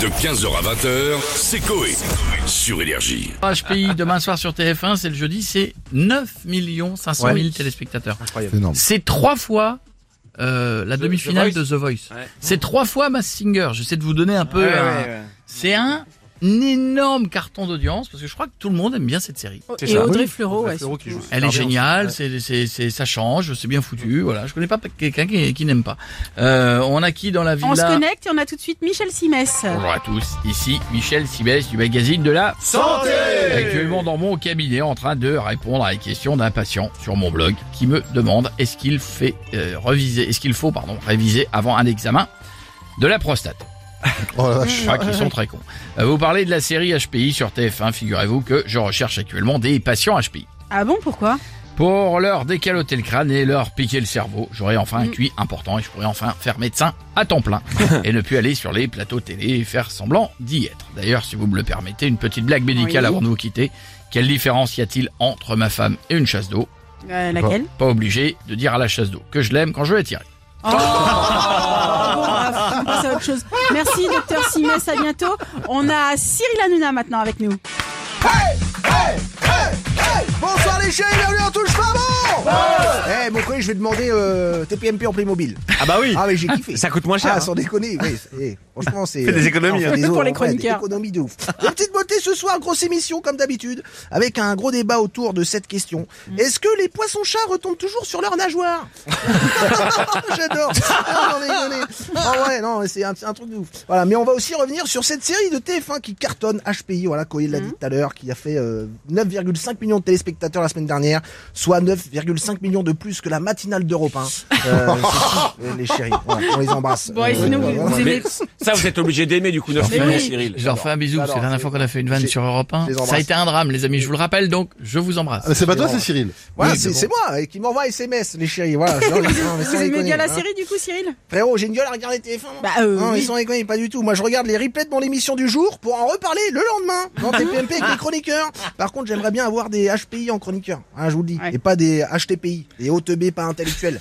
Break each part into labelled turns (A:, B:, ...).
A: De 15h à 20h, c'est Coé. Sur Énergie.
B: HPI demain soir sur TF1, c'est le jeudi, c'est 9 500 000
C: Ouais.
B: téléspectateurs.
C: Incroyable.
D: C'est énorme.
B: C'est trois fois euh, la demi-finale
C: The
B: de The Voice.
C: Ouais.
B: C'est trois fois Mass Singer. J'essaie de vous donner un peu. un- C'est un énorme carton d'audience parce que je crois que tout le monde aime bien cette série.
C: C'est
E: Et
C: ça.
E: Audrey
C: Oui.
E: Fleurot, ouais, c'est-
C: qui joue.
B: Elle est géniale, c'est, c'est, c'est- ça change, c'est bien foutu. Voilà, je connais pas quelqu'un qui, qui n'aime pas. Euh, on a qui dans la villa
E: On se connecte et on a tout de suite Michel Simès.
B: Bonjour à tous, ici Michel Sibès du magazine de la
C: Santé
B: Actuellement dans mon cabinet en train de répondre à la question d'un patient sur mon blog qui me demande est-ce qu'il fait euh, reviser, est-ce qu'il faut pardon réviser avant un examen de la prostate.
D: Oh la vache.
B: Je crois qu'ils sont très cons. Euh, Vous parlez de la série HPI sur TF1. Figurez-vous que je recherche actuellement des patients HPI
E: Ah bon, pourquoi
B: pour leur décaloter le crâne et leur piquer le cerveau. J'aurais enfin un
E: Mm.
B: QI important et je pourrais enfin faire médecin à temps plein et ne plus aller sur les plateaux télé et faire semblant d'y être. D'ailleurs, si vous me le permettez, une petite blague médicale
E: Oui.
B: avant de vous quitter. Quelle différence y a-t-il entre ma femme et une chasse d'eau
E: Euh, Laquelle
B: Pas obligé de dire à la chasse d'eau que je l'aime quand je veux la tirer.
E: Oh, Bon, bah, on passe à autre chose. Merci, docteur Simès, à bientôt. On a Cyril Hanouna maintenant avec nous.
F: Bonsoir les chéris, bienvenue en touche pas bon Eh mon frère, je vais demander euh, TPMP en Playmobil.
C: Ah bah oui
F: Ah mais j'ai kiffé.
C: Ça coûte moins cher. hein.
F: Ah sans déconner, oui. eh, franchement c'est...
C: Fais des économies,
F: on fait
C: hein.
F: des
E: Pour
F: os,
E: les
F: en vrai, des
E: chroniqueurs.
F: économies de ouf. Une petite beauté ce soir, grosse émission comme d'habitude, avec un gros débat autour de cette question.
E: Mm.
F: Est-ce que les poissons-chats retombent toujours sur leurs nageoires J'adore Ah, j'en ai donné. Ah ouais, non, c'est un, un truc de ouf. Voilà, mais on va aussi revenir sur cette série de TF1 qui cartonne HPI, voilà, Coïl
E: Mhm.
F: l'a dit tout à l'heure, qui a fait euh, 9,5 millions de téléspectateurs la semaine dernière, soit 9,5 millions de plus que la matinale d'Europe. Hein. Euh, c'est fou, les chéris, voilà, on les embrasse.
E: Bon, et
F: Euh,
E: sinon, vous,
F: voilà.
E: vous aimez.
C: Ça, vous êtes obligé d'aimer du coup 9
E: Mais
C: millions,
E: oui.
C: Cyril.
B: Je leur fais un bisou. C'est la
F: Alors,
B: dernière fois qu'on a fait une vanne
F: j'ai-
B: sur Europe 1.
F: je les embrasse. Euh,
B: Ça a été un drame, les amis. Je vous le rappelle, donc je vous embrasse.
D: Ah, mais c'est pas toi, c'est Cyril.
F: Voilà,
B: Oui,
F: c'est
B: mais bon.
F: c'est moi et qui m'envoie SMS, les chéris. Voilà, je leur dis, non, mais
E: Vous
F: sans
E: aimez
F: déconner,
E: bien la
F: hein.
E: série du coup, Cyril
F: Frérot, j'ai une gueule à regarder TF1. moi.
E: Bah, euh,
F: non,
E: oui.
F: ils sont déconnés, pas du tout. Moi, je regarde les replays de mon émission du jour pour en reparler le lendemain dans TPMP avec les chroniqueurs. Par contre, j'aimerais bien avoir des HPI en chroniqueur, hein, je vous le dis.
E: Ouais.
F: Et pas des HTPI, des hautes B pas intellectuels.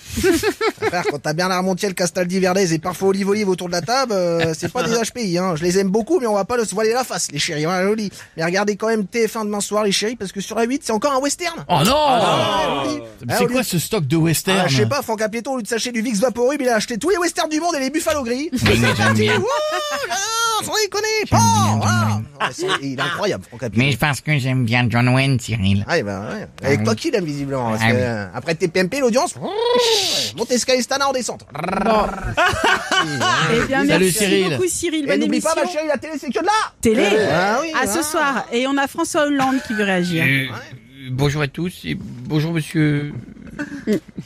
F: Frère, quand t'as Bernard Montiel, Castaldi, Verdez et parfois Olive Olive autour de la table, euh, c'est pas des HPI, hein. Je les aime beaucoup, mais on va pas le se voiler la face, les chéris, hein, je vous le dis. Mais regardez quand même TF1 demain soir, les chéris, parce que sur la 8, c'est encore un western.
B: Oh non
F: Ah, je vous le dis.
B: C'est
F: Ah, au
B: quoi
F: lieu-
B: ce stock de western
F: ah, je sais pas, Franck Apieton, au lieu de s'acheter du Vix Vaporub, il a acheté tous les westerns du monde et les Buffalo Gris. Et c'est parti Ouh là là, Sans déconner Pan voilà. Ouais, c'est- Il est incroyable, Franck Apieton.
G: Mais parce que j'aime bien John Wayne, Cyril.
F: Ah, eh ben, ouais. Avec
G: Ah
F: toi
G: oui.
F: qui l'aime visiblement. Parce
G: Ah
F: que,
G: oui.
F: euh, après TPMP, l'audience. Monte Escalistana en descente.
E: Eh bien,
B: Salut,
E: merci
B: Cyril.
E: beaucoup, Cyril.
F: Et
E: Bonne
F: n'oublie
E: émission.
F: pas, ma chérie, la télé, c'est que de là
E: Télé
F: Ah oui,
E: À
F: ah.
E: ce soir. Et on a François Hollande qui veut réagir.
B: Euh, euh, bonjour à tous et bonjour monsieur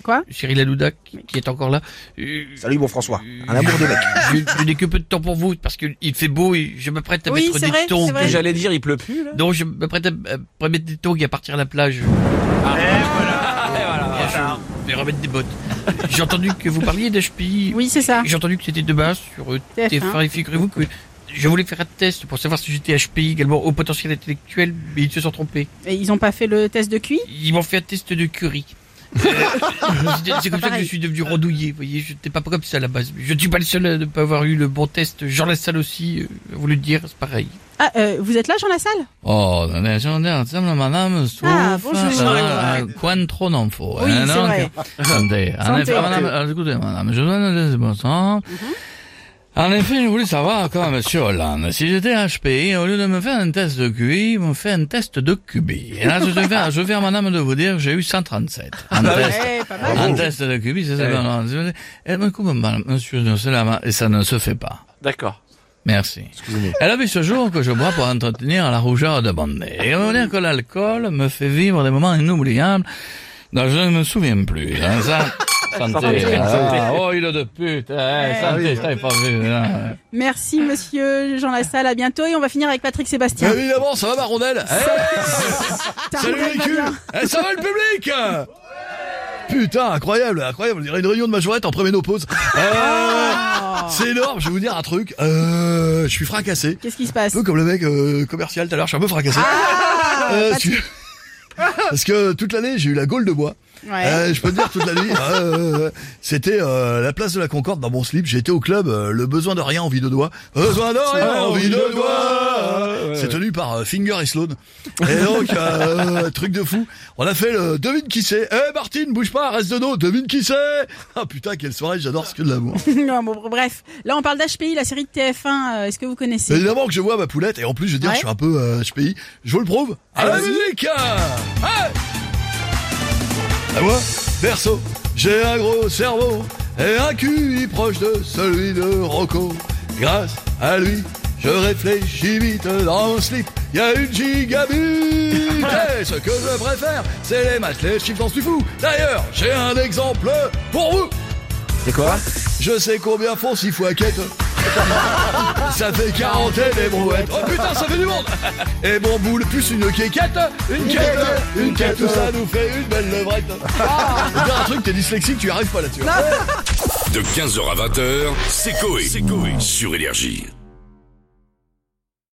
E: Quoi
B: Cyril Alouda qui, qui est encore là. Euh,
F: Salut, mon François. Un amour de mec.
B: je je n'ai que peu de temps pour vous parce qu'il fait beau et je m'apprête à
E: Oui,
B: mettre
E: c'est
B: des
E: vrai,
B: tongs.
E: c'est vrai.
B: Je-
C: J'allais dire, il pleut plus là
B: Non, je m'apprête à, à mettre des tongs et à partir à la plage. Et je vais remettre des bottes. J'ai entendu que vous parliez d'HPI.
E: Oui, c'est ça.
B: J'ai entendu que c'était de base sur euh,
E: TF1.
B: TF1 et figurez-vous que je voulais faire un test pour savoir si j'étais HPI également au potentiel intellectuel, mais ils se sont trompés.
E: Et ils ont pas fait le test de QI
B: Ils m'ont fait un test de curry. Euh, c'est- c'est comme ça que je suis devenu rondouillé. Vous voyez, je n'étais pas comme ça à la base. Je ne suis pas le seul à ne pas avoir eu le bon test. Jean Lassalle aussi euh, a voulu dire, c'est pareil.
E: Ah, euh, vous êtes là, Jean Lassalle
B: Oh, madame, hein.
E: Ah, bonjour. euh,
B: trop faux.
E: Oui, c'est vrai.
B: Attendez, en
E: Santé.
B: effet, madame, euh, écoutez, madame, je donne des bons sens. En effet, je voulais savoir, quand monsieur Hollande, si j'étais HPI, au lieu de me faire un test de QI, ils m'ont fait un test de QBI. Et là, hein, je vais, je vais à madame de vous dire, j'ai eu 137. Un test,
E: Eh, pas mal.
B: un test de QI, c'est ça,
C: Ouais.
B: non, non, Et d'un coup, madame, monsieur, non, c'est là, et ça ne se fait pas.
C: D'accord.
B: Merci. Elle a vu ce jour que je bois pour entretenir la rougeur de mon nez. Et on va dire que l'alcool me fait vivre des moments inoubliables dont je ne me souviens plus. Hein, ça, santé.
C: Santé.
B: Ah, oh, il est de pute. eh, santé, ça, il est pas vu. hein.
E: Merci, monsieur Jean Lassalle. À bientôt. Et on va finir avec Patrick Sébastien.
B: Évidemment, ça va ma rondelle. Eh,
E: T'as
B: salut
E: raison,
B: les culs.
E: Fabien.
B: Eh, ça va le public Putain, incroyable, incroyable. On dirait une réunion de majorette en préménopause. Euh, c'est énorme, je vais vous dire un truc. Euh, je suis fracassé.
E: Qu'est-ce qui se passe
B: Un peu comme le mec euh, commercial tout à l'heure, je suis un peu fracassé. Euh, tu- Parce que toute l'année, j'ai eu la gaule de bois.
E: Ouais.
H: Euh, je peux te dire toute la nuit. euh, C'était euh, la place de la Concorde dans mon slip. J'étais au club. euh, le besoin de rien, envie de doigt. Besoin de rien, envie de doigt. C'est tenu par euh, Finger et Sloan. Et donc, euh, truc de fou. On a fait le devine qui c'est. Eh Martine, bouge pas, reste de dos. Devine qui c'est. Ah putain, quelle soirée. J'adore ce que de l'amour.
E: Non, bon, bref, là on parle d'HPI, la série de TF1, euh, est-ce que vous connaissez
H: Évidemment que je vois ma poulette. Et en plus, je veux dire,
E: Ouais.
H: je suis un peu euh, HPI. Je vous le prouve. À la
E: Allez-y.
H: musique. Ouais. À moi, perso, j'ai un gros cerveau et un QI proche de celui de Rocco. Grâce à lui, je réfléchis vite dans mon slip. Il y a une gigabit. Et ce que je préfère, c'est les maths, les chiffres, du fou. D'ailleurs, j'ai un exemple pour vous.
C: C'est quoi
H: Je sais combien font 6 fois 4. ça fait 40 et des brouettes. Oh putain, ça fait du monde Et bon boule, plus une quéquette, une quête, une quête, ça nous fait une belle levrette. C'est bien un truc, t'es dyslexique, tu y arrives pas là-dessus.
A: De 15h à 20h, c'est Coé. Sur Énergie.